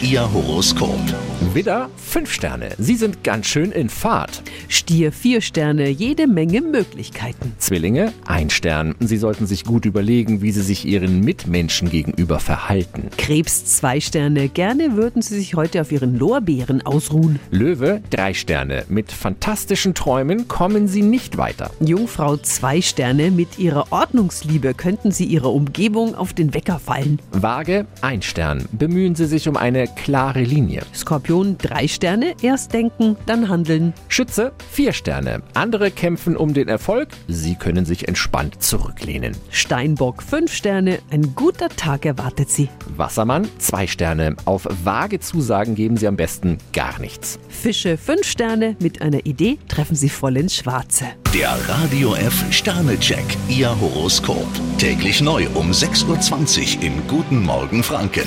Ihr Horoskop. Widder, 5 Sterne. Sie sind ganz schön in Fahrt. Stier vier Sterne, jede Menge Möglichkeiten. Zwillinge, 1 Stern. Sie sollten sich gut überlegen, wie sie sich ihren Mitmenschen gegenüber verhalten. Krebs zwei Sterne, gerne würden Sie sich heute auf Ihren Lorbeeren ausruhen. Löwe, 3 Sterne. Mit fantastischen Träumen kommen sie nicht weiter. Jungfrau zwei Sterne, mit Ihrer Ordnungsliebe könnten Sie Ihrer Umgebung auf den Wecker fallen. Waage, 1 Stern. Bemühen sie sich um eine klare Linie. Skorpion drei Sterne, erst denken, dann handeln. Schütze, 4 Sterne. Andere kämpfen um den Erfolg. Sie können sich entspannt zurücklehnen. Steinbock fünf Sterne, ein guter Tag erwartet Sie. Wassermann, 2 Sterne. Auf vage Zusagen geben sie am besten gar nichts. Fische fünf Sterne, mit einer Idee treffen Sie voll ins Schwarze. Der Radio F Sternecheck, Ihr Horoskop. Täglich neu um 6.20 Uhr im Guten Morgen Franken.